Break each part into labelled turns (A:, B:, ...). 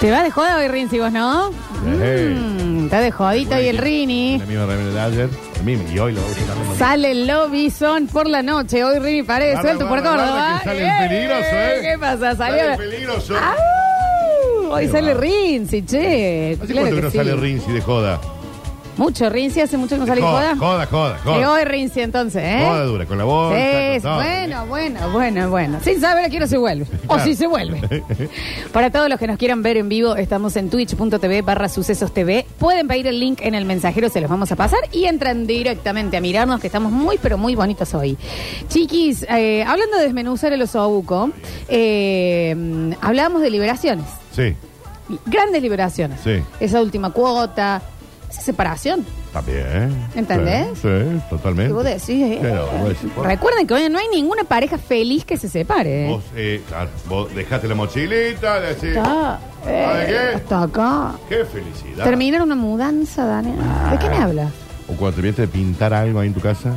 A: Te va de joda hoy, Rin, si vos no.
B: Ejé.
A: Mm, está de jodita hoy el Rini.
B: La misma remera de ayer. La misma, y hoy lo voy a usar. la misma.
A: Sale el Lobison por la noche. Hoy Rini Paredes,
B: Guarda,
A: suelto por
B: guarda, guarda,
A: Córdoba.
B: que sale el peligroso, ¿eh?
A: ¿Qué pasa? Salió. Ah,
B: Sale peligroso.
A: ¡Au! Hoy
B: Qué
A: sale
B: va.
A: Rinzi, che.
B: ¿Hace
A: Claro
B: cuánto que no
A: sí.
B: sale Rinzi de joda?
A: Mucho Rinzi, hace mucho que no sale
B: joda,
A: joda.
B: joda, joda,
A: Y
B: joda.
A: hoy Rinzi entonces, ¿eh?
B: Joda dura, con la bolsa.
A: Sí,
B: con todo.
A: bueno, bueno, bueno, bueno. Sin saber a quién no se vuelve. O
B: Claro.
A: si se vuelve. Para todos los que nos quieran ver en vivo, estamos en twitch.tv barra sucesos TV. Pueden pedir el link en el mensajero, se los vamos a pasar. Y entran directamente a mirarnos, que estamos muy, pero muy bonitos hoy. Chiquis, eh, hablando de desmenuzar el osobuco, eh, hablábamos de liberaciones.
B: Sí,
A: Grandes liberaciones.
B: Sí.
A: Esa última cuota, esa separación.
B: también.
A: ¿Entendés?
B: Sí, sí, totalmente.
A: Que vos decís, eh,
B: Claro, vos decís, vos-
A: Recuerden que hoy no hay ninguna pareja feliz que se separe. ¿eh?
B: Vos, eh, claro, vos dejaste la mochilita, decís.
A: Está, eh,
B: ¿Sabe qué?
A: hasta acá.
B: ¡Qué felicidad!
A: Terminar una mudanza, Daniel.
B: Ah.
A: ¿De qué me hablas?
B: O cuando te viste pintar algo ahí en tu casa.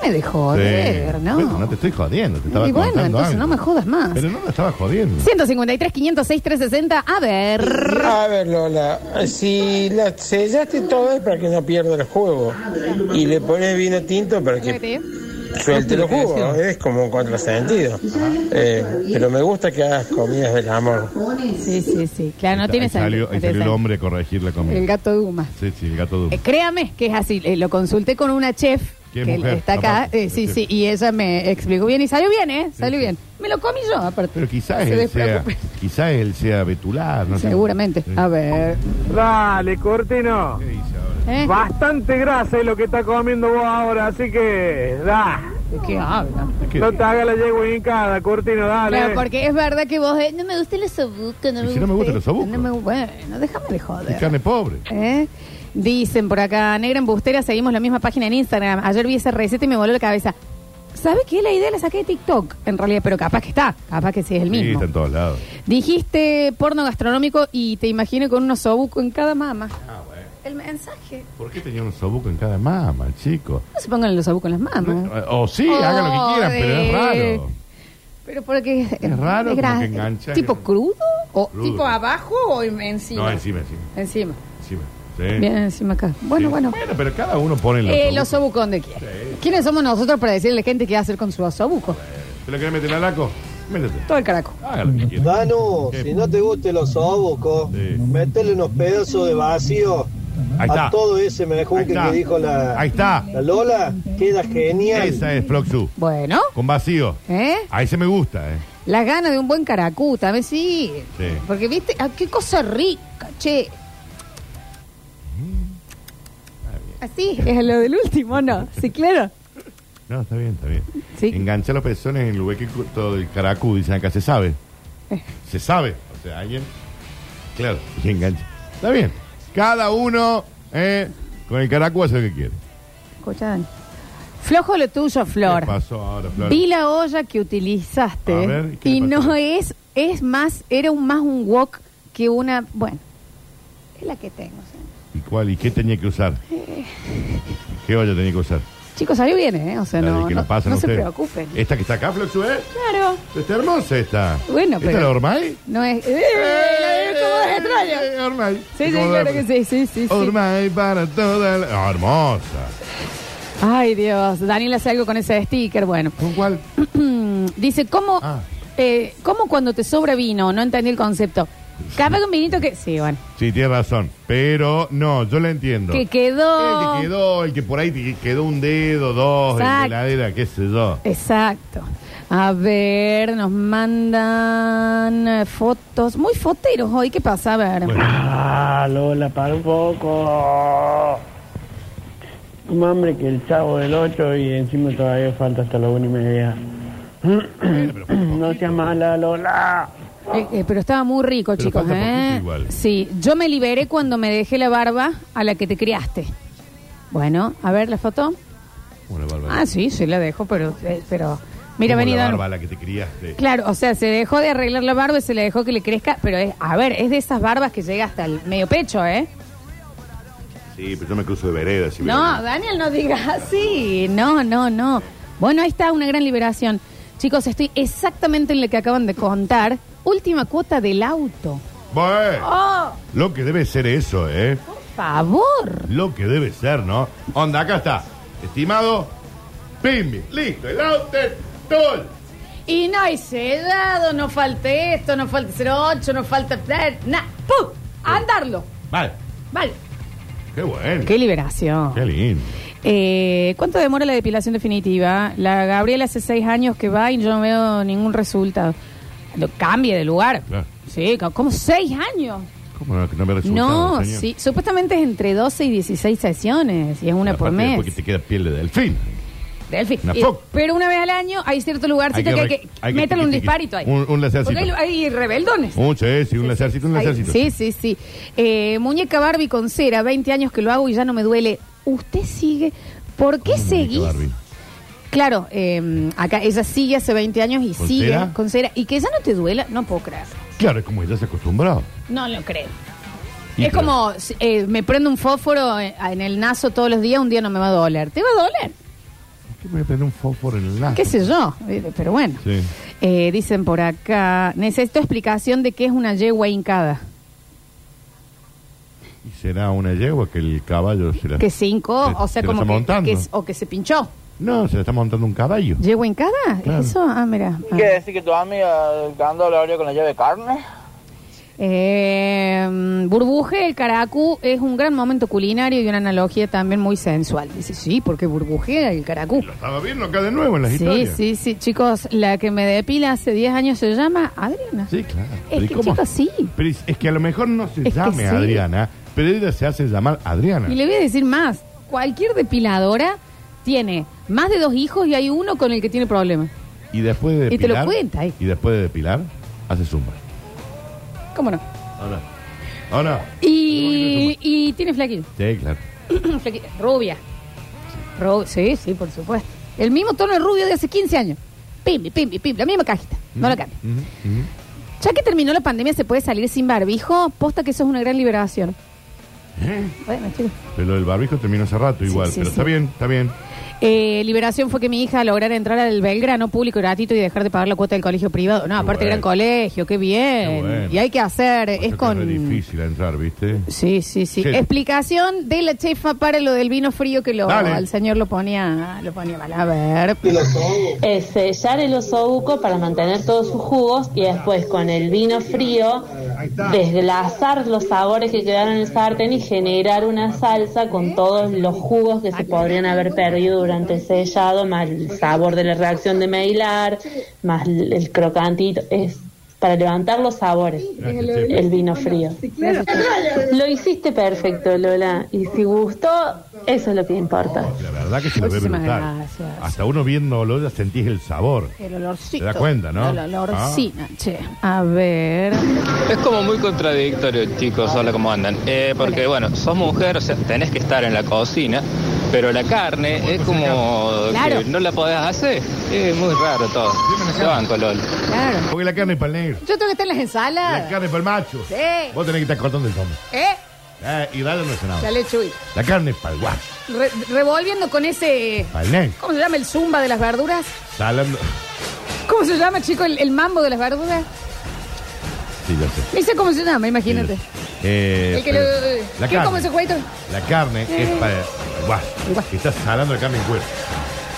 A: No me dejó joder,
B: Sí.
A: ¿no?
B: Pero no te estoy jodiendo, te estaba
A: y bueno,
B: contando
A: entonces
B: algo.
A: no me jodas más.
B: Pero no me estaba jodiendo.
A: 153, 506, 360. A ver.
C: A ver, Lola, si la sellaste todo es para que no pierda el juego. Y le pones vino tinto para que suelte el jugo. ¿eh? Es como un contrasentido. Eh, pero me gusta que hagas comidas del amor.
A: Sí, sí, sí. Claro, Ah, no
B: Ahí
A: tiene
B: salió, ahí salió el hombre a corregir la comida.
A: El gato Duma.
B: Sí, sí, el gato duro.
A: Eh, créame que es así. Eh, lo consulté con una chef
B: Que
A: que
B: es mujer,
A: está acá.
B: aparte.
A: Eh, sí, sí. Y ella me explicó bien y salió bien, ¿eh? Salió
B: sí.
A: bien. Me lo comí yo, aparte.
B: Pero quizás
A: Se
B: él sea,
A: despreocupe.
B: quizás él sea betular, no sé.
A: Seguramente. Ah,
B: Sí.
A: A ver.
D: Dale, Cortino.
B: ¿Qué dice ahora?
A: ¿Eh?
D: Bastante grasa es lo que está comiendo vos ahora, así que da.
A: ¿De qué hablan?
B: Es que-
D: No te hagas la yegua hincada, Cortino, dale.
A: Claro, porque es verdad que vos eh, no me gusta el osobuco, no
B: Y
A: me
B: si no me gusta el osobuco.
A: No me, bueno, déjame de
B: es
A: joder.
B: carne pobre.
A: ¿Eh? Dicen por acá, Negra Embustera, seguimos la misma página en Instagram. Ayer vi esa receta y me voló la cabeza. ¿Sabes qué? La idea la saqué de TikTok, en realidad, pero capaz que está, capaz que sí es el
B: Sí,
A: mismo.
B: está en todos lados.
A: Dijiste porno gastronómico y te imagino con un osobuco en cada mama.
B: Ah, bueno.
A: El mensaje.
B: ¿Por qué tenía un sobuco en cada mama, chico?
A: No se pongan el osobuco en las mamas.
B: O sí, hagan lo que quieran, pero es
A: Joder.
B: raro.
A: Pero porque es,
B: raro,
A: gra-
B: porque engancha.
A: ¿Tipo crudo? ¿O
B: Crudo.
A: tipo abajo o en- encima?
B: No, encima, encima.
A: Encima.
B: encima. Sí.
A: Bien encima acá. Bueno,
B: Sí.
A: bueno. Eh,
B: Bueno, pero cada uno pone el
A: El
B: osobuco.
A: osobuco donde quiere.
B: Sí.
A: ¿Quiénes somos nosotros para decirle a la gente qué hacer con su osobuco?
B: ¿Te lo querés meter al laco? Métete.
A: Todo el carajo.
B: Haga lo que quieran.
E: Danu,
B: ¿Qué?
E: si no te guste los osobucos,
B: Sí.
E: métele unos pedazos de vacío
B: Ahí está.
E: a todo ese
B: Ahí
E: mejunque
B: está.
E: que dijo la,
B: Ahí está.
E: la Lola. Queda genial.
B: Esa es Floxu.
A: Bueno,
B: Con vacío.
A: ¿eh?
B: Ahí se me gusta, ¿eh?
A: Las ganas de un buen caracú, también sí.
B: Sí.
A: Porque viste, ah, qué cosa rica, che.
B: Mm.
A: Así es lo del último, ¿no? Sí, claro.
B: No, está bien, está bien.
A: Sí.
B: Engancha los pezones en el huequito del caracú, dicen acá, se sabe.
A: Eh.
B: Se sabe. O sea, alguien. Claro, y engancha. Está bien. Cada uno eh, con el caracú hace lo que quiere.
A: Escuchan. Flojo lo tuyo, Flor.
B: ¿Qué pasó ahora, Flor?
A: Vi la olla que utilizaste
B: A ver, ¿qué
A: y
B: le pasó?
A: no es, es más, era un, más un wok que una, bueno, es la que tengo. señor.
B: ¿Y cuál? ¿Y qué tenía que usar?
A: Eh.
B: ¿Qué olla tenía que usar?
A: Chicos, salió bien, ¿eh? O sea,
B: La de
A: no,
B: que
A: no,
B: la pasan
A: no se
B: ustedes.
A: preocupen.
B: Esta que está acá, Floxu, ¿eh?
A: Claro,
B: Está hermosa esta.
A: Bueno,
B: ¿Esta
A: pero-
B: la Ormay?
A: no es... ¡Eh! eh, ¿Cómo es extraño?
B: Eh, Ormay.
A: Sí, sí,
B: ¿Cómo
A: claro
B: duerme?
A: que sí, sí, sí, sí.
B: Ormay para toda la... Ah, hermosa.
A: Ay, Dios, Daniel hace algo con ese sticker, bueno.
B: ¿Con cuál?
A: Dice, ¿cómo,
B: Ah.
A: eh, ¿cómo cuando te sobra vino? No entendí el concepto. Capaz que un vinito que... Sí, bueno.
B: Sí, tienes razón. Pero no, yo la entiendo.
A: Que quedó...
B: El que quedó, el que por ahí te quedó un dedo, dos, en la
A: Exacto.
B: heladera, qué sé yo.
A: Exacto. A ver, nos mandan eh, fotos. Muy foteros hoy, ¿qué pasa? A ver.
B: Bueno,
F: Ah, Lola, para un poco. Un hombre que el chavo del 8 y encima todavía falta hasta la una y media. No sea mala, Lola.
A: Eh, eh, pero estaba muy rico,
B: Pero
A: chicos.
B: falta
A: ¿eh?
B: poquito igual.
A: Sí, yo me liberé cuando me dejé la barba a la que te criaste. Bueno, a ver la foto.
B: una barba.
A: Ah, sí, sí la dejo, pero... eh, pero mira,
B: Como
A: vení,
B: la
A: Danu.
B: barba a la que te criaste.
A: Claro, o sea, se dejó de arreglar la barba y se le dejó que le crezca, pero es, a ver, es de esas barbas que llega hasta el medio pecho, ¿eh?
B: Sí, pero yo me cruzo de vereda. Si
A: No, Daniel, no digas así. No, no, no. Bueno, ahí está una gran liberación. Chicos, estoy exactamente en lo que acaban de contar. Última cuota del auto.
B: Bueno,
A: ¡Oh!
B: lo que debe ser eso, ¿eh?
A: ¡Por favor!
B: Lo que debe ser, ¿no? Onda, acá está. Estimado, pimbi, listo, el outer, todo.
A: Y no hay sedado, no falta esto, no falta 08, no falta. Nada. ¡Pum! A andarlo.
B: Vale,
A: Vale.
B: qué bueno.
A: ¡Qué liberación!
B: Qué lindo.
A: Eh, ¿Cuánto demora la depilación definitiva? La Gabriela hace seis años que va y yo no veo ningún resultado. Lo cambie de lugar.
B: Claro.
A: Sí, co- como seis años.
B: ¿Cómo no, que no me resulta?
A: no,
B: señor?
A: sí. Supuestamente es entre 12 y 16 sesiones y es una por
B: Aparte,
A: mes.
B: Porque te queda piel de delfín.
A: Delfi.
B: Una
A: Y-
B: foc.
A: pero una vez al año hay cierto lugarcito que,
B: Hay
A: hay
B: que
A: que,
B: re- hay que
A: meterle un
B: tiqui, tiqui.
A: disparito ahí.
B: Un- un lacercito.
A: Porque hay, hay rebeldones.
B: Un sí, sí, un lacercito, un
A: Ahí-
B: lacercito.
A: Sí, sí, sí. Eh, muñeca Barbie con cera, 20 años que lo hago y ya no me duele. ¿Usted sigue? ¿Por qué
B: Una muñeca
A: seguís?
B: Barbie.
A: Claro, eh, acá ella sigue hace 20 años y
B: ¿Con
A: sigue
B: cera?
A: con cera. Y que ya no te duela, no puedo creer.
B: Claro, es como ella se acostumbrado.
A: No lo creo.
B: Y
A: es
B: pero-
A: como, eh, me prendo un fósforo eh, en el naso todos los días, un día no me va a doler. ¿Te va a doler?
B: ¿Por qué me voy a prender un fósforo en el lazo?
A: ¿Qué sé yo? Eh, Pero bueno.
B: Ah. Sí.
A: Eh, dicen por acá, necesito explicación de qué es una yegua hincada.
B: ¿Y será una yegua que el caballo se la...
A: Que cinco,
B: se-
A: o sea,
B: se la
A: como
B: está
A: que,
B: montando.
A: que- o que se pinchó.
B: No, se la está montando un caballo.
A: ¿Yegua hincada?
B: Claro.
A: ¿Eso? Ah, mira. Ah.
G: ¿Quiere decir que tu amiga anda la con la llave de carne?
A: Eh, mm, burbuje, el caracú es un gran momento culinario y una analogía también muy sensual. Dice, sí, porque burbujea el caracú.
B: Lo estaba viendo acá de nuevo en las
A: Sí,
B: historias.
A: sí, sí, chicos, la que me depila hace 10 años se llama Adriana.
B: Sí, claro.
A: Es
B: Pero ¿y
A: que,
B: cómo?
A: chicos, sí.
B: Pero es, es que a lo mejor no se
A: Es que
B: llame
A: sí.
B: Adriana, pero ella se hace llamar Adriana.
A: Y le voy a decir más, cualquier depiladora tiene más de dos hijos y hay uno con el que tiene problemas.
B: Y después de
A: Y te
B: depilar...
A: lo cuenta eh. ahí.
B: Y después de depilar, hace zumba.
A: ¿Cómo no?
B: Ahora. Ahora.
A: Y, y tiene flequillo.
B: Sí, claro.
A: Flequillo. Rubia. Ru- sí, sí, por supuesto. El mismo tono de rubio de hace 15 años. Pimbi, pimbi, pimbi. La misma cajita. No la cambia.
B: Ujú, ujú.
A: Ya que terminó la pandemia, ¿se puede salir sin barbijo? Posta que eso es una gran liberación. Bueno, chicos.
B: Pero Eh, lo del barbijo terminó hace rato igual.
A: sí,
B: pero
A: sí.
B: está bien, está bien.
A: Eh, liberación fue que mi hija lograra entrar al Belgrano público gratuito y dejar de pagar la cuota del colegio privado. No,
B: Qué
A: aparte
B: bueno.
A: gran colegio, qué bien.
B: Qué bueno.
A: Y hay que hacer,
B: Yo creo
A: Eh, es
B: que
A: con...
B: re difícil entrar, ¿viste?
A: Sí, sí, sí,
B: Sí.
A: Explicación de la chefa para lo del vino frío que lo,
B: Dale.
A: al señor lo ponía, lo ponía mal. A ver.
H: es sellar el osobuco para mantener todos sus jugos y después con el vino frío desglasar los sabores que quedaron en el sartén y generar una salsa con todos los jugos que se podrían haber perdido durante el sellado, más el sabor de la reacción de Mailar, más el crocantito. Es para levantar los sabores el vino frío. Lo hiciste perfecto, Lola. Y si gustó, eso es lo que importa.
B: La verdad que se lo ve
A: Muchísimas
B: brutal.
A: gracias.
B: Hasta uno viéndolo ya sentís el sabor.
A: El olorcito.
B: Te das cuenta, ¿no? Ah.
A: El olorcina, che. A ver.
I: Es como muy contradictorio, chicos, hola, ¿cómo andan? Eh, porque, bueno, sos mujer, o sea, tenés que estar en la cocina, pero la carne es como
A: Claro.
I: que no la podés hacer. Es muy raro todo. Te banco, LOL.
A: Claro.
B: Porque la carne es para el negro.
A: Yo tengo que estar en las
B: La
A: ensaladas.
B: carne es para el macho.
A: Ah. Sí.
B: Vos tenés que estar cortando el tomo.
A: ¿Eh?
B: Eh, y dale no es nada.
A: La lechuga.
B: La carne es para el guacho,
A: Re- revolviendo con ese.
B: para el negro.
A: ¿Cómo se llama el zumba de las verduras?
B: Salando.
A: ¿Cómo se llama, chico, el, el mambo de las verduras?
B: Sí, ya sé.
A: Dice cómo se llama, imagínate.
B: Eh,
A: El que
B: pero
A: lo.
B: la,
A: ¿Qué como
B: carne,
A: ese jueguito?
B: la carne es para el guacho. Que estás salando la carne en cuero.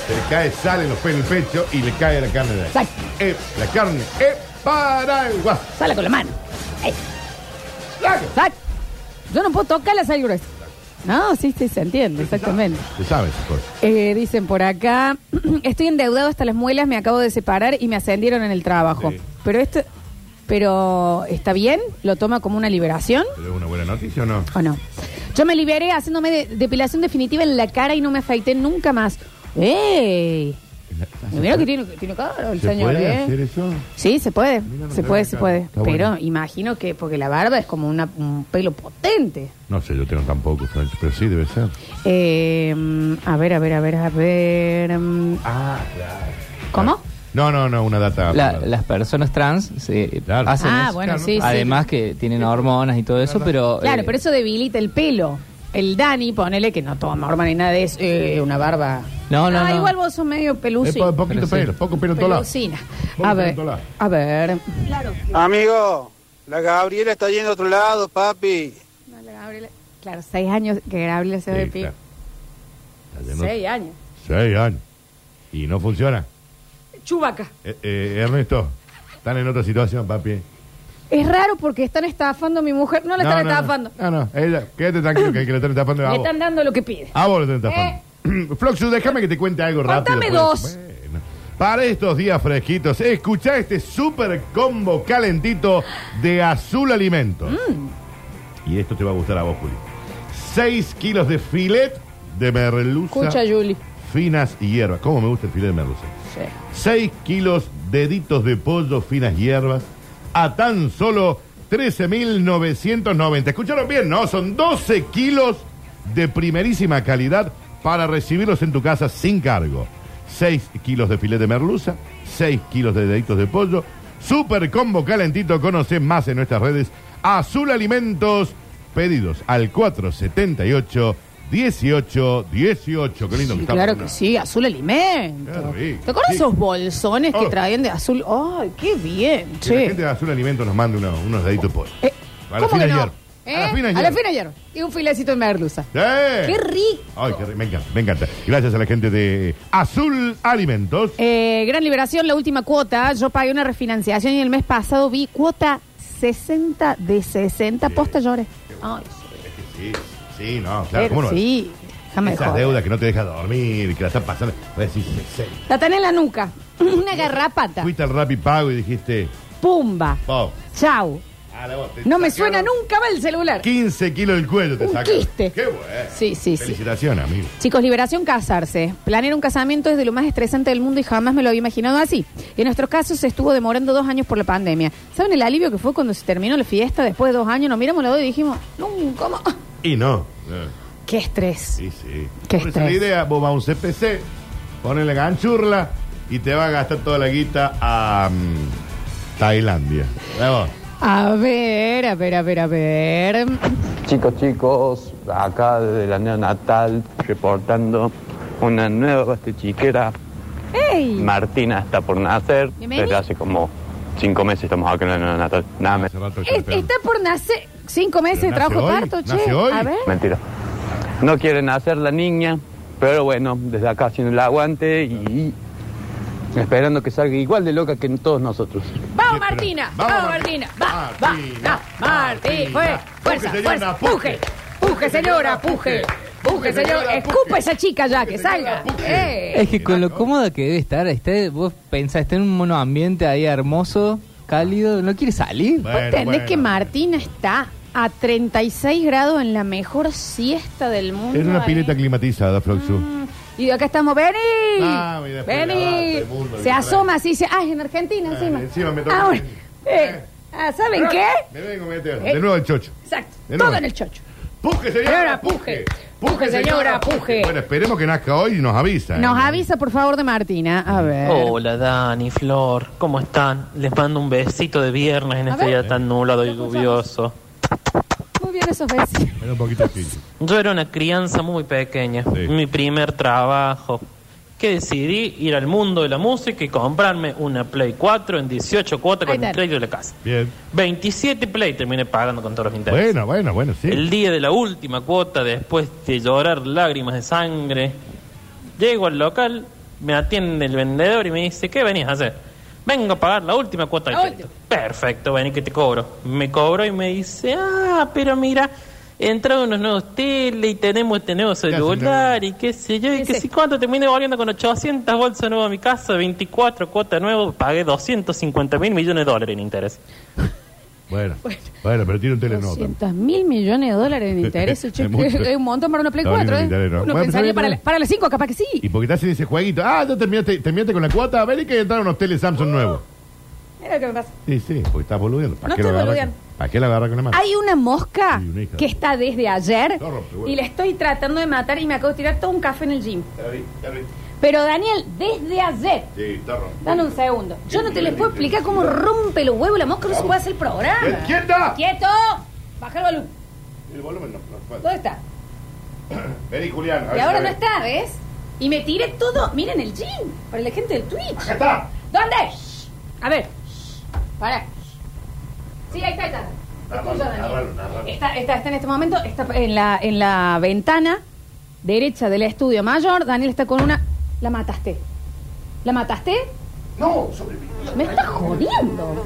B: Se le cae sal en los pelos en el pecho y le cae la carne de ahí.
A: Exacto.
B: Eh, la carne es para el guacho.
A: Sala con la mano. Ey. Sac. Yo no puedo tocar la sal gruesa. No, sí, sí, se entiende, exactamente.
B: Se sabe esa cosa.
A: Eh, dicen por acá, estoy endeudado hasta las muelas, me acabo de separar y me ascendieron en el trabajo.
B: Sí.
A: Pero esto, pero ¿está bien? ¿Lo toma como una liberación
B: ¿Pero es una buena noticia o no?
A: o no? Yo me liberé haciéndome de- depilación definitiva en la cara y no me afeité nunca más. ¡Ey! Mira que tiene, tiene cara el
B: ¿Se
A: señor,
B: puede
A: ¿eh?
B: hacer eso?
A: Sí, se puede,
B: Mira, no
A: se
B: te
A: puede,
B: veo
A: se
B: acá.
A: puede.
B: Está
A: Pero
B: bueno.
A: imagino que, porque la barba es como una- un pelo potente.
B: No sé, yo tengo tampoco, Frank, pero sí debe ser.
A: Eh, mm, a ver, a ver, a ver, a ver. mm,
B: Ah, claro.
A: ¿Cómo?
B: No, no, no, una data. Eh,
J: La- las personas trans se
B: Ah, Claro.
J: hacen
A: Ah,
J: eso.
A: bueno,
B: Claro,
A: sí, sí.
J: Además que tienen hormonas y todo eso, pero...
A: Claro,
J: eh,
A: pero eso debilita el pelo. El Dani, ponele que no toma hormona ni nada de eso, eh, una barba.
J: No, no,
A: Ah,
J: no.
A: igual vos sos medio
B: Eh, po-
A: pelucina.
B: poquito
J: Pero sí.
B: pelo, poco pelo en todo lado.
A: Pelucina.
B: Poco
A: A
B: pelo en
A: ver,
B: todo lado.
A: a ver.
E: Amigo,
K: La Gabriela está yendo a otro lado, papi.
A: No, la Gabriela- Claro, seis años que Gabriel se ve
B: Sí,
A: pi.
B: claro. Está lleno-
A: Seis años.
B: Seis años. Y no funciona.
A: Chubaca.
B: Eh, eh, Ernesto, están en otra situación, papi.
A: Es raro porque están estafando a mi mujer. No la están
B: no,
A: estafando.
B: No, no, ella, quédate tranquilo que el que lo están estafando es a
A: Le
B: vos.
A: están dando lo que pide.
B: A vos lo están estafando. Floxu, déjame que te cuente algo rápido.
A: Contame
B: pues.
A: dos.
B: Bueno, Para estos días fresquitos, escuchá este super combo calentito de Azul Alimentos.
A: Mm.
B: Y esto te va a gustar a vos, Juli. 6 kilos de filet de merluza.
A: Escucha, Juli.
B: Finas y hierbas. ¿Cómo me gusta el filet de merluza?
A: Sí.
B: 6 kilos deditos de pollo, finas hierbas, a tan solo 13.990. ¿Escucharon bien? No, son 12 kilos de primerísima calidad para recibirlos en tu casa sin cargo. 6 kilos de filete de merluza, 6 kilos de deditos de pollo, super combo calentito, conoce más en nuestras redes. Azul Alimentos, pedidos al 478 18 18. Qué lindo que
A: Sí,
B: está.
A: claro
B: Bruna.
A: que sí, azul alimento.
B: Qué rico,
A: ¿Te acuerdas
B: sí.
A: esos bolsones que
B: Oh.
A: traían de azul? ¡Ay, qué bien!
B: Que la
A: Che.
B: gente de Azul Alimentos nos mande uno- unos deditos de pollo.
A: Eh,
B: a la
A: ¿Cómo
B: fina
A: que no?
B: ayer.
A: ¿Eh?
B: A la fina
A: A la
B: ayer.
A: fina ayer. Y un filecito de merluza.
B: ¡Eh!
A: ¡Qué rico!
B: Ay, qué rico. Me encanta, me encanta. Gracias a la gente de Azul Alimentos.
A: Eh, Gran Liberación, la última cuota. Yo pagué una refinanciación y el mes pasado vi cuota 60 de 60. Posta lloré. Ay,
B: Sí, sí, no, claro,
A: pero
B: ¿cómo no?
A: sí, déjame de
B: Esas
A: joder.
B: deudas que no te deja dormir, que la estás pasando. Vos decís, "Sí".
A: La tenés en la nuca. Una garrapata.
B: Fuiste al Rappi Pago y dijiste,
A: Pumba.
B: "Pau".
A: Chau.
B: A la voz, te
A: No me
B: sacaron
A: suena nunca más el celular.
B: 15 kilos del cuello te
A: Un
B: sacaron.
A: quiste.
B: Qué bueno.
A: Sí, sí, sí.
B: Felicitaciones, amigo.
A: Chicos, liberación casarse. Planear un casamiento es de lo más estresante del mundo y jamás me lo había imaginado así. En nuestro caso se estuvo demorando dos años por la pandemia. ¿Saben el alivio que fue cuando se terminó la fiesta? Después de dos años nos miramos los dos y dijimos, no, ¿cómo?
B: Y no. eh,
A: ¡Qué estrés!
B: Sí, sí.
A: Qué
B: Por esa es la
A: estrés.
B: idea, vos vas a un CPC, pones la ganchurla y te va a gastar toda la guita a mm, Tailandia. Vamos.
A: A ver, a ver, a ver, a ver.
L: Chicos, chicos, acá desde la neonatal reportando una nueva chiquera.
A: ¡Ey!
L: Martina está por nacer.
A: Bienvenida.
L: Desde hace como cinco meses estamos acá en la neonatal. Nada,
B: ¿Eh?
L: me-
A: Es- Este está por nacer cinco meses de
L: Pero nace
A: trabajo
L: hoy,
A: parto, che.
L: nace hoy.
A: A ver.
L: Mentira. No quiere nacer la niña, pero bueno, desde acá haciendo el aguante y esperando que salga igual de loca que todos nosotros.
A: Vamos, Martina.
L: Vamos,
A: Vamos, Martina. Va, va, va. Martín, fue. Fuerza, fuerza.
L: Puje, señora,
A: Puje. Puje, señora, puje. Puje, señor. Escupa esa chica ya, que salga. Eh.
M: Es que con lo cómoda que debe estar, este, vos pensás, está en un monoambiente ahí hermoso, cálido, no quiere salir.
A: ¿Vos entendés que Martina está a 36 grados en la mejor siesta del mundo?
B: Es una
A: ahí?
B: pileta climatizada, Floxu.
A: Y de acá estamos, vení.
B: Ah, mira, después
A: vení.
B: lavaste el mundo,
A: Se
B: bien,
A: asoma así y dice, ah, es en Argentina encima.
B: encima me toca.
A: Ah, bueno. Eh, ah, ¿saben qué?
B: Me vengo, me meto.
A: Eh.
B: De nuevo el chocho.
A: Exacto.
B: De nuevo.
A: Todo en el chocho.
B: Puje, señora,
A: puje. Puje, señora, puje.
B: Bueno, esperemos que nazca hoy y nos avisa. ¿eh?
A: Nos avisa, por favor, de Martina. A ver.
N: Oh,
H: Hola Dani, Flor, ¿cómo están? Les mando un besito de viernes en
A: A
H: este
A: ver.
H: día tan nublado y lluvioso.
A: Muy bien esos besos.
B: Era un poquito
H: Yo era una crianza muy pequeña, mi primer trabajo, que decidí ir al mundo de la música y comprarme una Play 4 en 18 cuotas
A: Ahí
H: con el
A: está.
H: crédito de la casa.
B: Bien.
H: 27 Play terminé pagando con todos los intereses.
B: Bueno, bueno, bueno, sí.
H: El día de la última cuota, después de llorar lágrimas de sangre, llego al local, me atiende el vendedor y me dice, ¿qué venís a hacer? Vengo a pagar la última cuota de
N: La
H: crédito. Perfecto, vení que te cobro. Me cobro y me dice, ah, pero mira, entraron unos nuevos tele y tenemos este nuevo celular y qué sé yo, y que si cuánto terminé volviendo con 800 bolsas nuevas a mi casa, 24 cuotas nuevas, pagué 250 mil millones de dólares en interés.
B: Bueno, bueno, pero tiene un telenota.
A: 200 mil millones de dólares en interés.
B: Es
A: che,
B: mucho.
A: es un montón para una Play
B: Está
A: 4. ¿eh?
B: bien, dale, no.
A: Uno
B: Bueno, pero
A: pensaría
B: bien,
A: para,
B: bien.
A: la- para las 5, capaz que sí.
B: Y porque te hacen ese jueguito. Ah, ya terminaste, terminaste con la cuota. Vení que entraron unos teles Samsung nuevos.
A: Mira lo que me pasa.
B: Sí, sí, porque estás boludeando. ¿Para
A: No
B: qué lo
A: estoy
B: agarra-
A: boludeando.
B: ¿Para qué la agarra con la mano?
A: Hay una mosca
B: Ah. Sí, una hija
A: que
B: de-
A: está desde ayer
B: No rompe huevos.
A: y la estoy tratando de matar y me acabo de tirar todo un café en el gym.
B: Ya vi, ya vi.
A: Pero Daniel, desde ayer,
B: Sí, está rompiendo.
A: dame un segundo. Yo no te les puedo explicar cómo rompe los huevos la mosca, no se puede hacer el programa.
B: ¡Quieta!
A: ¡Quieto! Baja el volumen.
B: El volumen no. no puede.
A: ¿Dónde está?
B: Vení, Julián. a
A: Y
B: ver,
A: ahora
B: a
A: no
B: ver.
A: está, ¿ves? Y me tiré todo. Miren el gym. Para la gente del Twitch.
B: Acá está.
A: ¿Dónde? A ver. Para. Sí, ahí está, ahí está. Es tuyo, Dani. Está, está, está en este momento, está en la, en la ventana derecha del estudio mayor. Daniel está con una. La mataste. ¿La mataste?
O: No, sobreviví.
A: Me está jodiendo.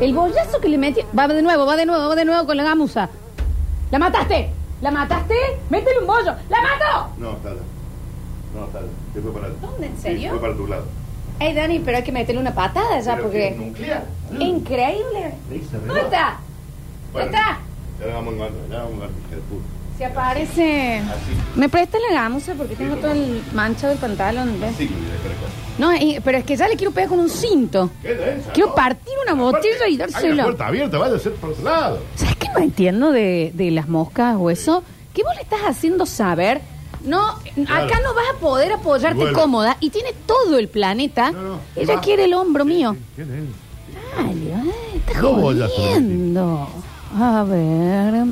A: El bollazo que le metí. Va de nuevo, va de nuevo, va de nuevo con la gamusa. ¿La mataste? ¿La mataste? Métele un bollo. ¡La mató!
B: No, está bien. No, está bien. Se fue para el...
A: ¿Dónde? ¿En
B: Sí,
A: serio?
B: fue para tu lado.
A: Ey, Dani, pero hay que meterle una patada ya
B: Pero
A: porque.
B: que es nuclear.
A: Increíble.
B: Listo,
A: ¿Dónde está?
B: Bueno,
A: está?
B: Ya la vamos a encontrar, ya la vamos a encontrar. hija de puta.
A: Se aparece. ¿Me prestas la gamusa? Porque tengo todo el manchado del pantalón. ¿ves?
B: Sí, mira, caracol.
A: No, y- pero es que ya le quiero pegar con un cinto.
B: ¿Qué densa,
A: Quiero
B: no?
A: partir una botella y
B: Hay una
A: dárselo.
B: puerta abierta, vaya a ser por otro lado.
A: ¿Sabes qué no entiendo de, de las moscas o eso? Que vos le estás haciendo saber. No, acá no vas a poder apoyarte
B: Y vuelve.
A: cómoda y tiene todo el planeta. Ella
B: va.
A: quiere el hombro mío.
B: ¿Qué densa?
A: Dale, ay, está
B: Dos bollazos,
A: jodiendo. A ver.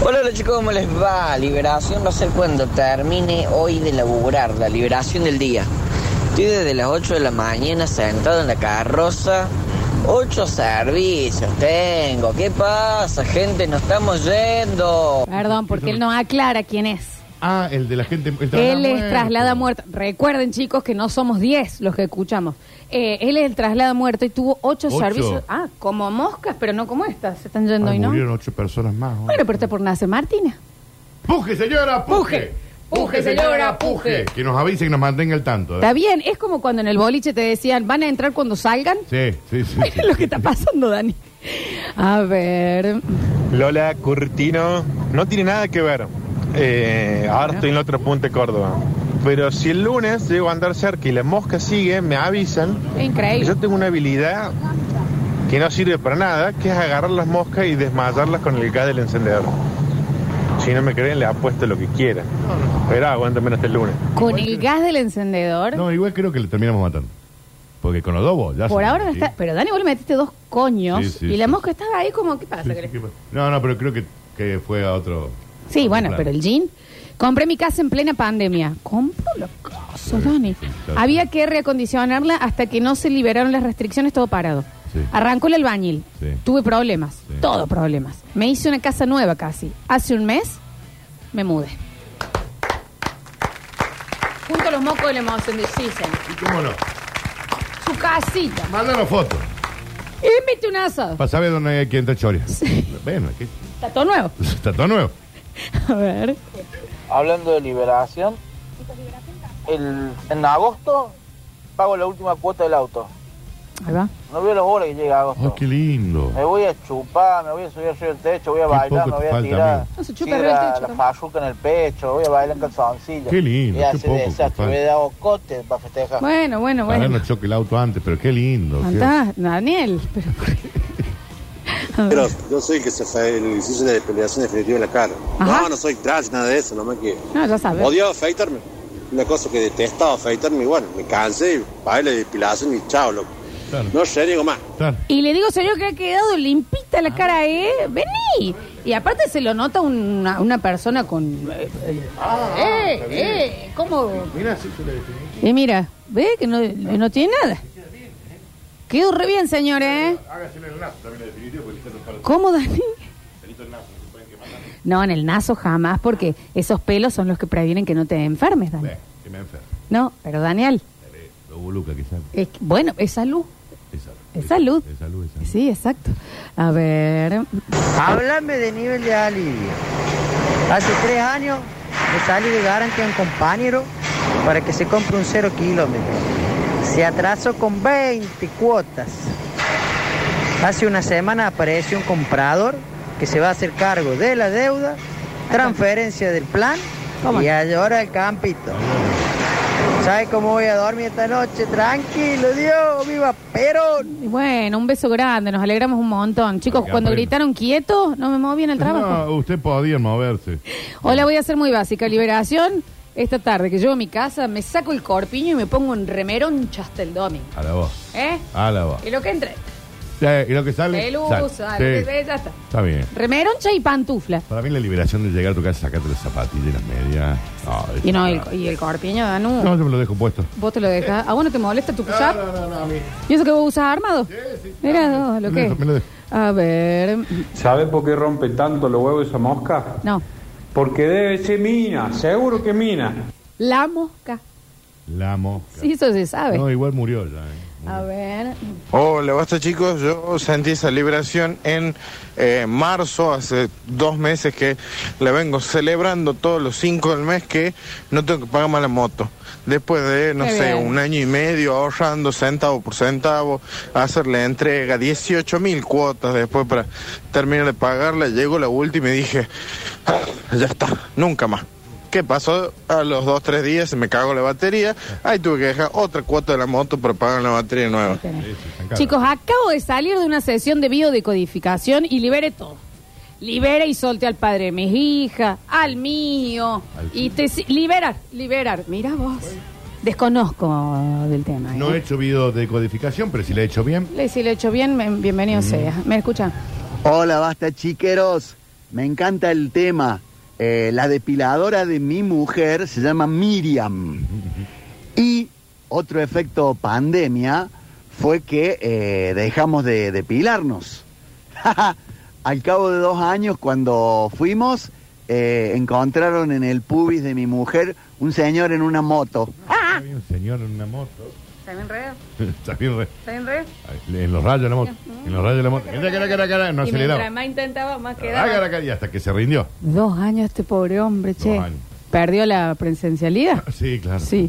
P: Hola, hola chicos, ¿cómo les va? Liberación va a ser cuando termine hoy de laburar, la liberación del día. Estoy desde las 8 de la mañana sentado en la carroza. Ocho servicios tengo. ¿Qué pasa, gente? Nos estamos yendo.
A: Perdón, porque él no aclara quién es.
B: Ah, el de la gente. el traslada
A: Él es
B: muerto.
A: traslada muerto. Recuerden, chicos, que no somos 10 los que escuchamos. Eh, él es el traslada muerto y tuvo 8
B: Ocho.
A: servicios. Ah, como moscas, pero no como estas. Se están yendo
B: Ah,
A: y no.
B: Murieron ocho personas más. ¿no?
A: Bueno, pero está por nacer Martina.
B: ¡Puje, señora! ¡Puje!
A: Puje, señora, puje.
B: Que nos avise y nos mantenga al tanto.
A: Está
B: ¿eh?
A: bien, es como cuando en el boliche te decían, van a entrar cuando salgan.
B: Sí, sí, sí.
A: Mira lo que está pasando, Dani. A ver.
Q: Lola Curtino no tiene nada que ver. Eh, ahora estoy en la otra punta de Córdoba. Pero si el lunes llego a andar cerca y la mosca sigue, me avisan.
A: Increíble.
Q: Yo tengo una habilidad que no sirve para nada, que es agarrar las moscas y desmayarlas con el gas del encendedor. Si no me creen, le apuesto lo que quieran. Pero aguántame hasta el lunes.
A: Con el gas del encendedor.
B: No, igual creo que le terminamos matando. Porque con los dobos ya
A: por
B: se-
A: ahora no
B: sí.
A: está. Pero Dani, vos le metiste dos coños
B: Sí, sí,
A: y la
B: sí.
A: mosca estaba ahí como, ¿qué pasa?
B: Sí,
A: que le-
B: sí, que- No, no, pero creo que, que fue a otro.
A: Sí, bueno,
B: Claro.
A: pero el jean. Compré mi casa en plena pandemia. Compro los cosos, Dani. Había que reacondicionarla hasta que no se liberaron las restricciones, todo parado.
B: Sí.
A: Arrancó el albañil.
B: Sí.
A: Tuve problemas,
B: Sí.
A: todo problemas. Me hice una casa nueva casi. Hace un mes me mudé. Junto a los mocos de la emoción, dicen.
B: ¿Cómo no?
A: Su casita.
B: Mándanos fotos.
A: Invite un asado.
B: Para saber dónde hay que entrar Choria. Bueno, aquí
A: Está todo nuevo.
B: está todo nuevo.
A: A ver.
G: Hablando de liberación, el, en agosto pago la última cuota del auto.
A: Ahí va.
G: No veo las horas que llega agosto.
B: Oh, qué lindo.
G: Me voy a chupar, me voy a subir arriba del techo, voy a
B: Qué
G: bailar, me
B: poco te
G: voy a
B: falta,
G: tirar.
B: amigo.
A: No, se chupa
G: sidra,
A: arriba del techo,
G: La falluca en el pecho, voy a bailar en calzoncillo.
B: Qué
G: Y
B: lindo, qué
G: hace
B: poco te
G: desastre,
B: falta.
G: hubiera dado cote para festejar.
A: Bueno, bueno, bueno.
B: Ahora nos choque el auto antes, pero qué lindo. qué-
A: Andá, Daniel. Pero por qué?
K: Pero yo soy el que se fe- el que hizo la depelación definitiva en la cara. No, no soy trash, nada de eso, no me quiero.
A: No, ya sabes.
K: Odiaba afeitarme. Una cosa que detestaba afeitarme, y bueno, me cansé, y pagué la depilación y chao, loco. No reniego más.
A: Y le digo, señor, que ha quedado limpita
B: Ah.
A: la cara, ¿eh? Vení. Y aparte se lo nota una, una persona con... eh, eh, ¡Eh! ¡Eh! ¿Cómo?
B: Ah, Mira, sí, se le definí.
A: Y mira, ve que no, no tiene nada. Quedó re bien, señor, ¿eh?
B: Hágase el lazo también, en definitivo, porque quizás no para-
A: ¿Cómo, Dani?
B: Pelito el lazo, se pueden quemar.
A: No, en el naso jamás, porque esos pelos son los que previenen que no te enfermes, Dani.
B: Ve, que me enfermo.
A: No, pero Daniel,
B: Lo boluca que sale.
A: es que- bueno, es salud. Es salud.
B: Es salud, es salud.
A: Sí, exacto. A ver...
M: Háblame de nivel de alivio. Hace tres años me salí de garantía a un compañero para que se compre un cero kilómetro. Se atrasó con 20 cuotas. Hace una semana apareció un comprador que se va a hacer cargo de la deuda, transferencia del plan y ahora el campito. ¿Sabes cómo voy a dormir esta noche? Tranquilo, Dios, viva Perón.
A: Y Bueno, un beso grande, nos alegramos un montón. Chicos,
B: Porque
A: cuando
B: aprendo.
A: gritaron quieto, no me moví en el trabajo.
B: No, usted podía moverse.
A: Hola, voy a ser muy básica. Liberación, esta tarde que llego a mi casa, me saco el corpiño y me pongo en remeroncha hasta el domingo.
B: A la voz.
A: ¿Eh?
B: A la voz.
A: Y lo que entre,
B: Sí, y lo que sale. sale.
A: pelusa,
B: Sí,
A: lo que- ya está.
B: Está bien.
A: Remeroncha y pantufla.
B: Para mí la liberación de llegar a tu casa, sacarte las zapatillas y las medias. No, es-
A: Y no, el, y el corpiño, Danu.
B: No, yo me lo dejo puesto.
A: Vos te lo dejas. ¿A vos no te molesta tu push
B: no, no, a mí.
A: ¿Y eso que vos usas armado? Mira, no, lo
B: Me
A: que
B: lo- me lo dejo.
A: A ver.
O: ¿Sabe por qué rompe tanto los huevos esa mosca?
A: No.
O: Porque debe ser mina, seguro que mina.
A: La mosca.
B: La mosca.
A: Sí, eso se sabe.
B: No, igual murió ya. ¿eh?
A: A ver.
N: Hola, basta chicos. Yo sentí esa liberación en eh, marzo, hace dos meses que la vengo celebrando todos los cinco del mes que no tengo que pagar más la moto. Después de, no
A: Qué
N: sé,
A: bien.
N: un año y medio ahorrando centavo por centavo, hacerle entrega, 18 mil cuotas después para terminar de pagarla, llegó la última y dije, "Ah, ya está, nunca más. ¿Qué pasó? A los dos, tres días se me cagó la batería. Ahí tuve que dejar otra cuota de la moto para pagar la batería nueva.
A: Chicos, acabo de salir de una sesión de biodecodificación y liberé todo. Libera y solte al padre de mis hijas, al mío. y te si- liberar, liberar. Mira vos. Desconozco del tema. ¿eh?
B: No he hecho video de codificación, pero si la he hecho bien.
A: Le- Si lo he hecho bien, me- bienvenido sea. ¿Me escuchan?
R: Hola, basta chiqueros. Me encanta el tema. Eh, la depiladora de mi mujer se llama Miriam. Y otro efecto pandemia fue que eh, dejamos de depilarnos. Al cabo de dos años, cuando fuimos, eh, encontraron en el pubis de mi mujer un señor en una moto.
A: Ah.
B: Hay un señor en una moto.
A: ¿Está bien red?
B: Está bien re-
A: ¿Está bien red?
B: En los rayos de la moto. En los rayos de la moto. Cara, cara, cara, cara, No
A: y mientras
B: aceleraba.
A: más intentaba, más
B: Cara, cara,
A: quedaba.
B: cara, Y hasta que se rindió.
A: Dos años este pobre hombre, che. ¿Perdió la presencialidad?
B: Sí, claro.
A: Sí.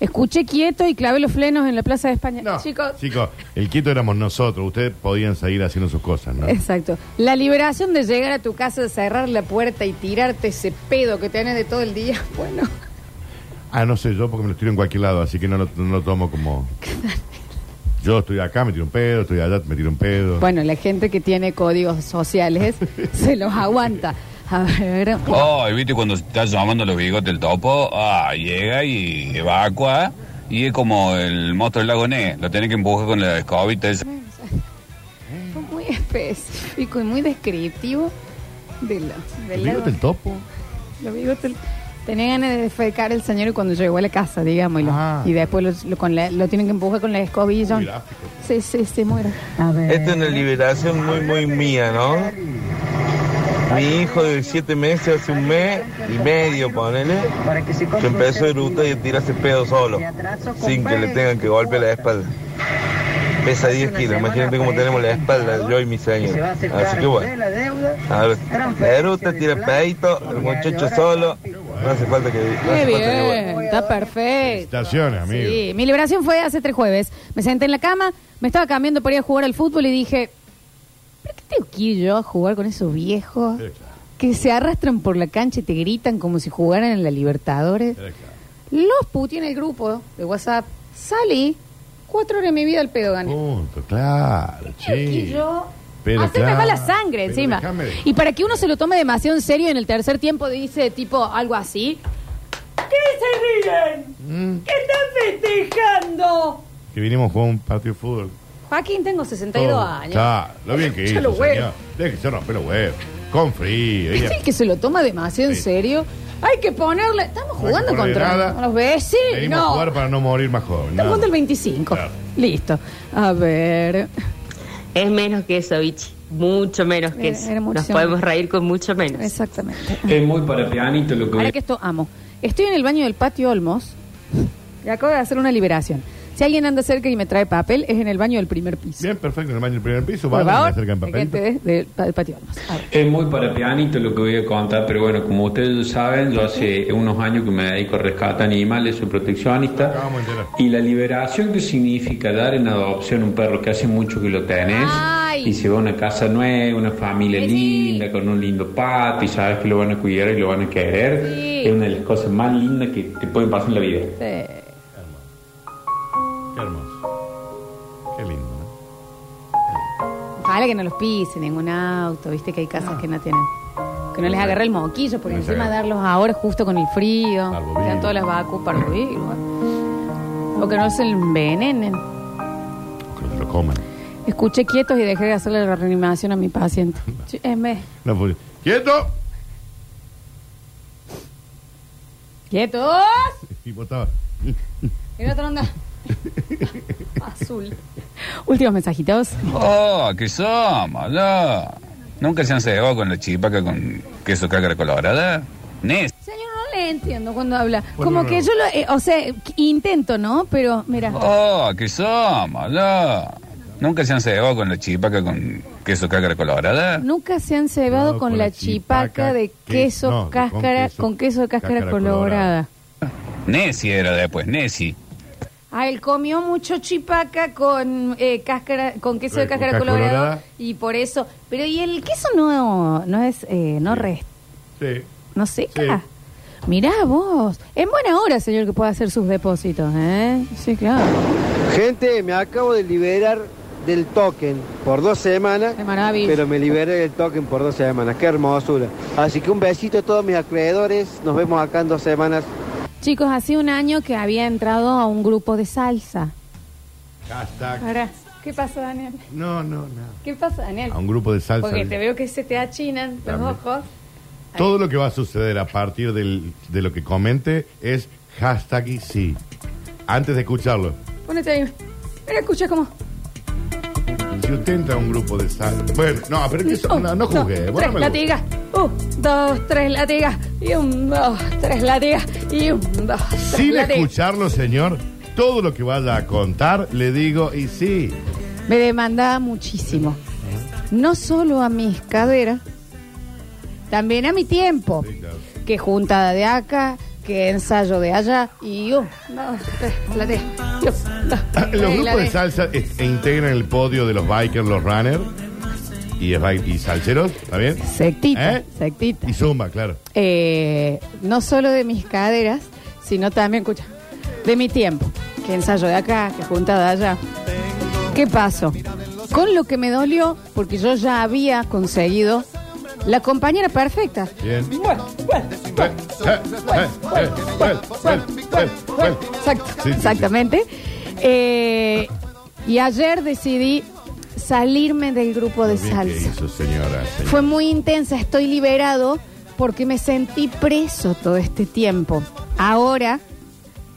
A: Escuché quieto y clavé los flenos en la Plaza de España. Chicos,
B: Chicos, el quito éramos nosotros. Ustedes podían seguir haciendo sus cosas, ¿no?
A: Exacto. La liberación de llegar a tu casa, cerrar la puerta y tirarte ese pedo que tenés de todo el día. Bueno,
B: Ah, no sé, yo porque me lo tiro en cualquier lado, así que no lo, no lo tomo como. Yo estoy acá, me tiro un pedo, estoy allá, me tiro un pedo.
A: bueno, la gente que tiene códigos sociales se los aguanta. A ver.
B: Oh.
S: Ay, ¿viste cuando se está llamando los bigotes el topo? Ah, llega y evacua. Y es como el monstruo del lago Ne. Lo tiene que empujar con la escobita. esa.
A: Fue muy específico y muy descriptivo de la- del
B: ¿El bigote
A: lado.
B: del topo?
A: Lo digo, te- tenía ganas de defecar el señor cuando llegó a la casa, digamos, y, lo-
B: Ah.
A: y después los- lo, con la- lo tienen que empujar con la escobilla. Sí, sí, sí, muera. A ver.
L: Esta es una liberación muy, muy mía, ¿no? Mi hijo de 7 meses, hace un mes y medio, ponele, que empezó a eructar y a tirarse pedo solo, sin que le tengan que golpear la espalda. Pesa 10 kilos, imagínate cómo tenemos la espalda, yo y mi señor. Así que bueno, a ver, eruta, tira pedito, el muchacho solo, no hace falta que... no
A: Qué
L: hace falta que
A: bien, está perfecto.
B: Felicitaciones, amigo.
A: Sí, mi liberación fue hace tres jueves. Me senté en la cama, me estaba cambiando para ir a jugar al fútbol y dije, ¿pero qué tengo que ir yo a jugar con esos viejos que se arrastran por la cancha y te gritan como si jugaran en la Libertadores? Los puti en el grupo de WhatsApp. Salí, cuatro horas de mi vida al pedo gané.
B: Punto, claro,
A: Y
B: che.
A: yo...
B: Oh, Pero
A: Hace
B: claro.
A: mejor la sangre
B: Pero
A: encima.
B: déjame de-
A: Y para que uno se lo tome demasiado en serio en el tercer tiempo dice tipo algo así. ¿Qué se ríen?
B: Mm.
A: ¿Qué están festejando?
B: Que vinimos a jugar un partido de fútbol.
A: Joaquín, tengo 62 años.
B: Oh, Claro, lo bien que
A: Ya
B: hizo,
A: lo
B: señor.
A: huevo.
B: Deje que se rompe los huevos. Con frío.
A: ¿Viste el que se lo toma demasiado en serio? Hay que ponerle... Estamos
B: hay que
A: jugando
B: ponerle
A: contra
B: nada.
A: los
B: Venimos a
A: vecinos.
B: jugar para no morir más joven.
A: Estamos
B: nada.
A: jugando el 25.
B: Claro.
A: Listo. A ver.
T: Es menos que eso, Vichy. Mucho menos que
A: Era-
T: eso.
A: Eh, era mucho
T: Nos podemos
A: menos.
T: reír con mucho menos.
A: Exactamente.
L: Es muy para pianito lo
A: Ahora que esto amo. Estoy en el baño del patio Olmos y acabo de hacer una liberación. Si alguien anda cerca y me trae papel, es en el baño del primer piso.
B: Bien, perfecto. En el baño del primer piso,
A: Por
B: vamos a
A: favor,
B: acercar en papel.
A: gente de- del pa- del patio Olmos. A ver.
L: Es muy para pianito lo que voy a contar, pero bueno, como ustedes saben, yo hace unos años que me dedico a rescatar animales, soy proteccionista. Y la liberación que significa dar en adopción un perro que hace mucho que lo tenés
A: Ay.
L: y se va a una casa nueva, una familia linda, con un lindo patio y sabes que lo van a cuidar y lo van a querer,
A: Sí.
L: es una de las cosas más lindas que te pueden pasar en la vida.
A: Eh,
B: Qué hermoso. Qué lindo.
A: Ojalá que no los pise ningún auto, viste que hay casas que no tienen. Que no les agarre el moquillo, porque
B: No les
A: encima
B: agarre.
A: darlos ahora justo con el frío,
B: Parvo
A: dan
B: vivo.
A: todas las vacunas para vivir. O que no se envenenen.
B: Que lo coman.
A: Escuché quietos y dejé de hacerle la reanimación a mi paciente. Ch- eh, me-
B: No, pues, ¡Quieto!
A: ¡Quietos!
B: Y vos estabas.
A: En otra onda. Paso. azul. Últimos mensajitos.
S: Oh, que somos, no. Nunca se han cebado con la chipaca con queso ¿eh? cácara colorada. Nes.
A: Señor, no le entiendo cuando habla. Como que yo lo. eh, o sea, qu- intento, ¿no? Pero, mira.
S: Oh, que somos, no. Nunca se han cebado con la chipaca con queso ¿eh? cácara colorada.
A: Nunca se han cebado con, la chipaca de queso
S: no, con
A: cáscara, con queso,
S: queso
A: de cáscara,
S: cáscara
A: colorada.
S: Nessie era después, Nessie.
A: Ah, él comió mucho chipaca con eh, cáscara, con queso de
S: Eh, con
A: cáscara
S: cáscara
A: colorada,
S: colorada.
A: y por eso. Pero y el queso no, no es, eh, no res-
B: Sí.
A: no seca. Mirá vos, en buena hora, señor, que pueda hacer sus depósitos, ¿eh? Sí, claro.
C: Gente, me acabo de liberar del token por dos semanas, pero me liberé del token por dos semanas. Qué hermosura. Así que un besito a todos mis acreedores. Nos vemos acá en dos semanas.
A: Chicos, hace un año que había entrado a un grupo de salsa.
B: Hashtag.
A: Ahora, ¿qué pasa, Daniel?
B: No, no, no.
A: ¿Qué pasa, Daniel?
B: A
S: Ah,
B: un grupo de salsa.
A: Porque te veo que se te achinan los
B: Dame.
A: ojos.
B: Todo lo que va a suceder a partir del- de lo que comente es hashtag y sí. Antes de escucharlo.
A: Ponete ahí. Mira, escucha uh, cómo.
B: Si usted entra a un grupo de salsa. Bueno, no, pero que eso- no, no juzgue.
A: Tres
B: vos no me lo-
A: latigas. Un, dos, tres latigas. Y un, dos, tres latigas. Y un, dos, tres
B: Sin
A: latigas.
B: escucharlo, señor, todo lo que vaya a contar, le digo y sí.
A: Me demandaba muchísimo. No solo a mis caderas, también a mi tiempo. Que juntada de acá, que ensayo de allá. Y un, dos, tres latigas. Y un, dos, tres
B: Los grupos de
A: latigas.
B: salsa es- e integran el podio de los bikers, los runners y, es bi- y salseros, ¿está bien?
A: Sectita,
B: ¿Eh?
A: sectita.
B: Y zumba, claro.
A: eh, no solo de mis caderas, sino también, escucha, de mi tiempo. Que ensayo de acá, que juntada de allá. ¿Qué pasó? Con lo que me dolió, porque yo ya había conseguido la compañera perfecta.
B: Bien.
A: Bueno, bueno, bueno, bueno, bueno, bueno, bueno, bueno, bueno. Exacto, exactamente. Eh, y ayer decidí salirme del grupo de
B: Bien que
A: salsa.
B: hizo, señora. señor.
A: Fue muy intensa, estoy liberado porque me sentí preso todo este tiempo. Ahora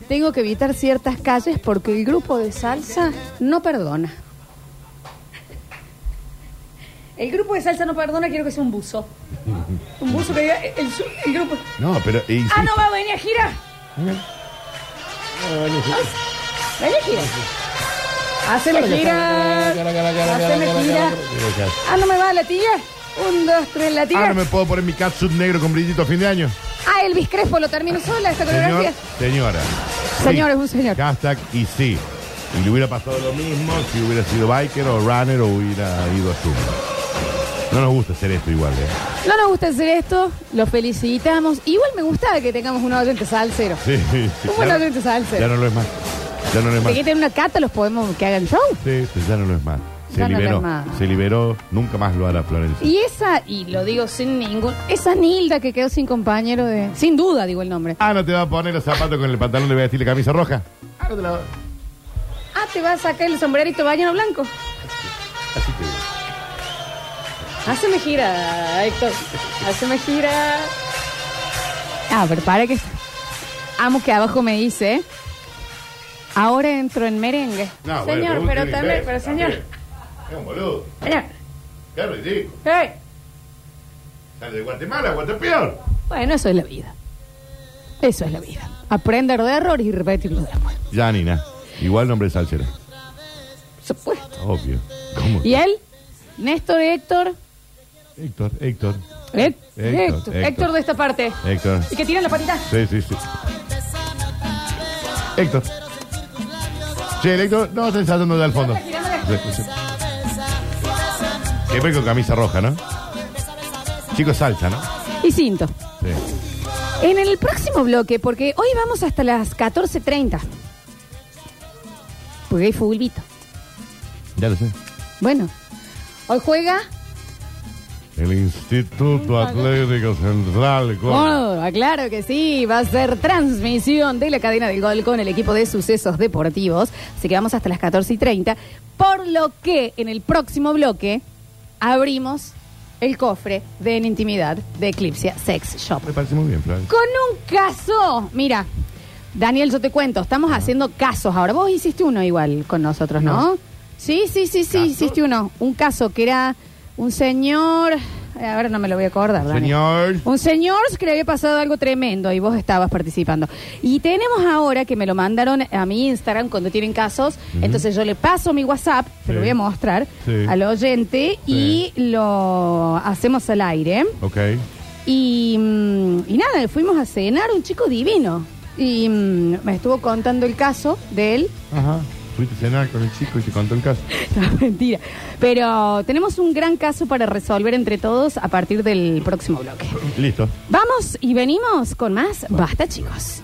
A: tengo que evitar ciertas calles porque el grupo de salsa no perdona. El grupo de salsa no perdona, quiero que sea un buzo. Un buzo que diga el, su- el grupo.
B: No, pero. y sí.
A: Ah, no va a venir a gira. Ven a gira. Haceme gira. Haceme gira. Ah, no me va la tía. Un, dos, tres, la tía.
B: Ahora Ah, me puedo poner mi catsuit negro con brillito a fin de año.
A: Ah, Elvis Crespo lo termino sola esta
B: Señor,
A: coreografía.
B: señora.
A: Señor, es un señor.
B: Hashtag y sí. Y le hubiera pasado lo mismo si hubiera sido biker o runner o hubiera ido a zumba. No nos gusta hacer esto igual, ¿eh?
A: No nos gusta hacer esto, lo felicitamos. Igual me gustaba que tengamos un oyente salsero.
B: Sí, sí,
A: Un buen
B: ya,
A: oyente
B: ya no
A: salsero.
B: lo es más. Ya no lo es
A: De
B: más.
A: que tienen una cata, los podemos que hagan show.
B: Sí, sí, ya no lo es más. Se
A: Ya no lo
B: liberó.
A: es más.
B: Se liberó. Nunca más lo hará Florencia.
A: Y esa, y lo digo sin ningún. Esa Nilda que quedó sin compañero de. Sin duda, digo el nombre.
B: Ah, no te va a poner los zapatos con el pantalón de vestir y la camisa roja.
A: Ah, te vas a sacar el sombrerito bañano blanco.
B: Así te digo.
A: Haceme gira, Héctor. Haceme gira. Ah, pero para que. Amo que abajo me dice. Ahora entro en merengue.
B: No, bueno,
A: señor,
B: pero
A: pero
B: tiene
A: también,
B: que
A: pero
B: ver,
A: señor.
B: también. Es un boludo.
A: Señor,
B: Qué ridículo.
A: eh,
B: Sale de Guatemala, Guatapeor.
A: Bueno, eso es la vida. Eso es la vida. Aprender de error y repetirlo después.
B: Janina. Igual nombre de salsera.
A: Supuesto.
B: Obvio. ¿Cómo?
A: ¿Y él? Néstor, Héctor.
B: Héctor, Héctor.
A: Héctor,
B: Héctor,
A: Eh, Héctor,
B: Héctor.
A: Héctor de esta parte.
B: Héctor.
A: Y que tiran la patita.
B: Sí, sí, sí. Héctor. Che, el Héctor, no está ensayando de al fondo. Sí, sí. Siempre con camisa roja, ¿no? Chicos, salsa, ¿no?
A: Y cinto.
B: Sí.
A: En el próximo bloque, porque hoy vamos hasta las 14.30. Porque hay fulbito.
B: Ya lo sé.
A: Bueno, hoy juega
B: El Instituto Atlético Central. Córdoba.
A: Córdoba, claro que sí. Va a ser transmisión de la cadena del gol con el equipo de sucesos deportivos. Así que vamos hasta las 14.30. Por lo que en el próximo bloque abrimos el cofre de En Intimidad de Eclipse Sex Shop.
B: Me parece muy bien, Flor.
A: Con un caso, mira, Daniel, yo te cuento, estamos haciendo casos ahora. Vos hiciste uno igual con nosotros, ¿no? Sí, sí, sí, sí, hiciste uno. Un caso que era un señor. eh, Ahora no me lo voy a acordar, Daniel.
B: Señor.
A: Un señor que le había pasado algo tremendo y vos estabas participando. Y tenemos ahora que me lo mandaron a mi Instagram cuando tienen casos.
D: Ujú.
A: Entonces yo le paso mi WhatsApp, te lo
D: Sí.
A: voy a mostrar
D: Sí.
A: al oyente y lo hacemos al aire.
B: Ok.
A: Y, mm, y nada, fuimos a cenar, un chico divino. Y mm, me estuvo contando el caso de él.
B: Ajá. Fuiste a cenar con el chico y te contó el caso.
A: No, mentira. Pero tenemos un gran caso para resolver entre todos a partir del próximo bloque.
B: Listo.
A: Vamos y venimos con más Basta, chicos.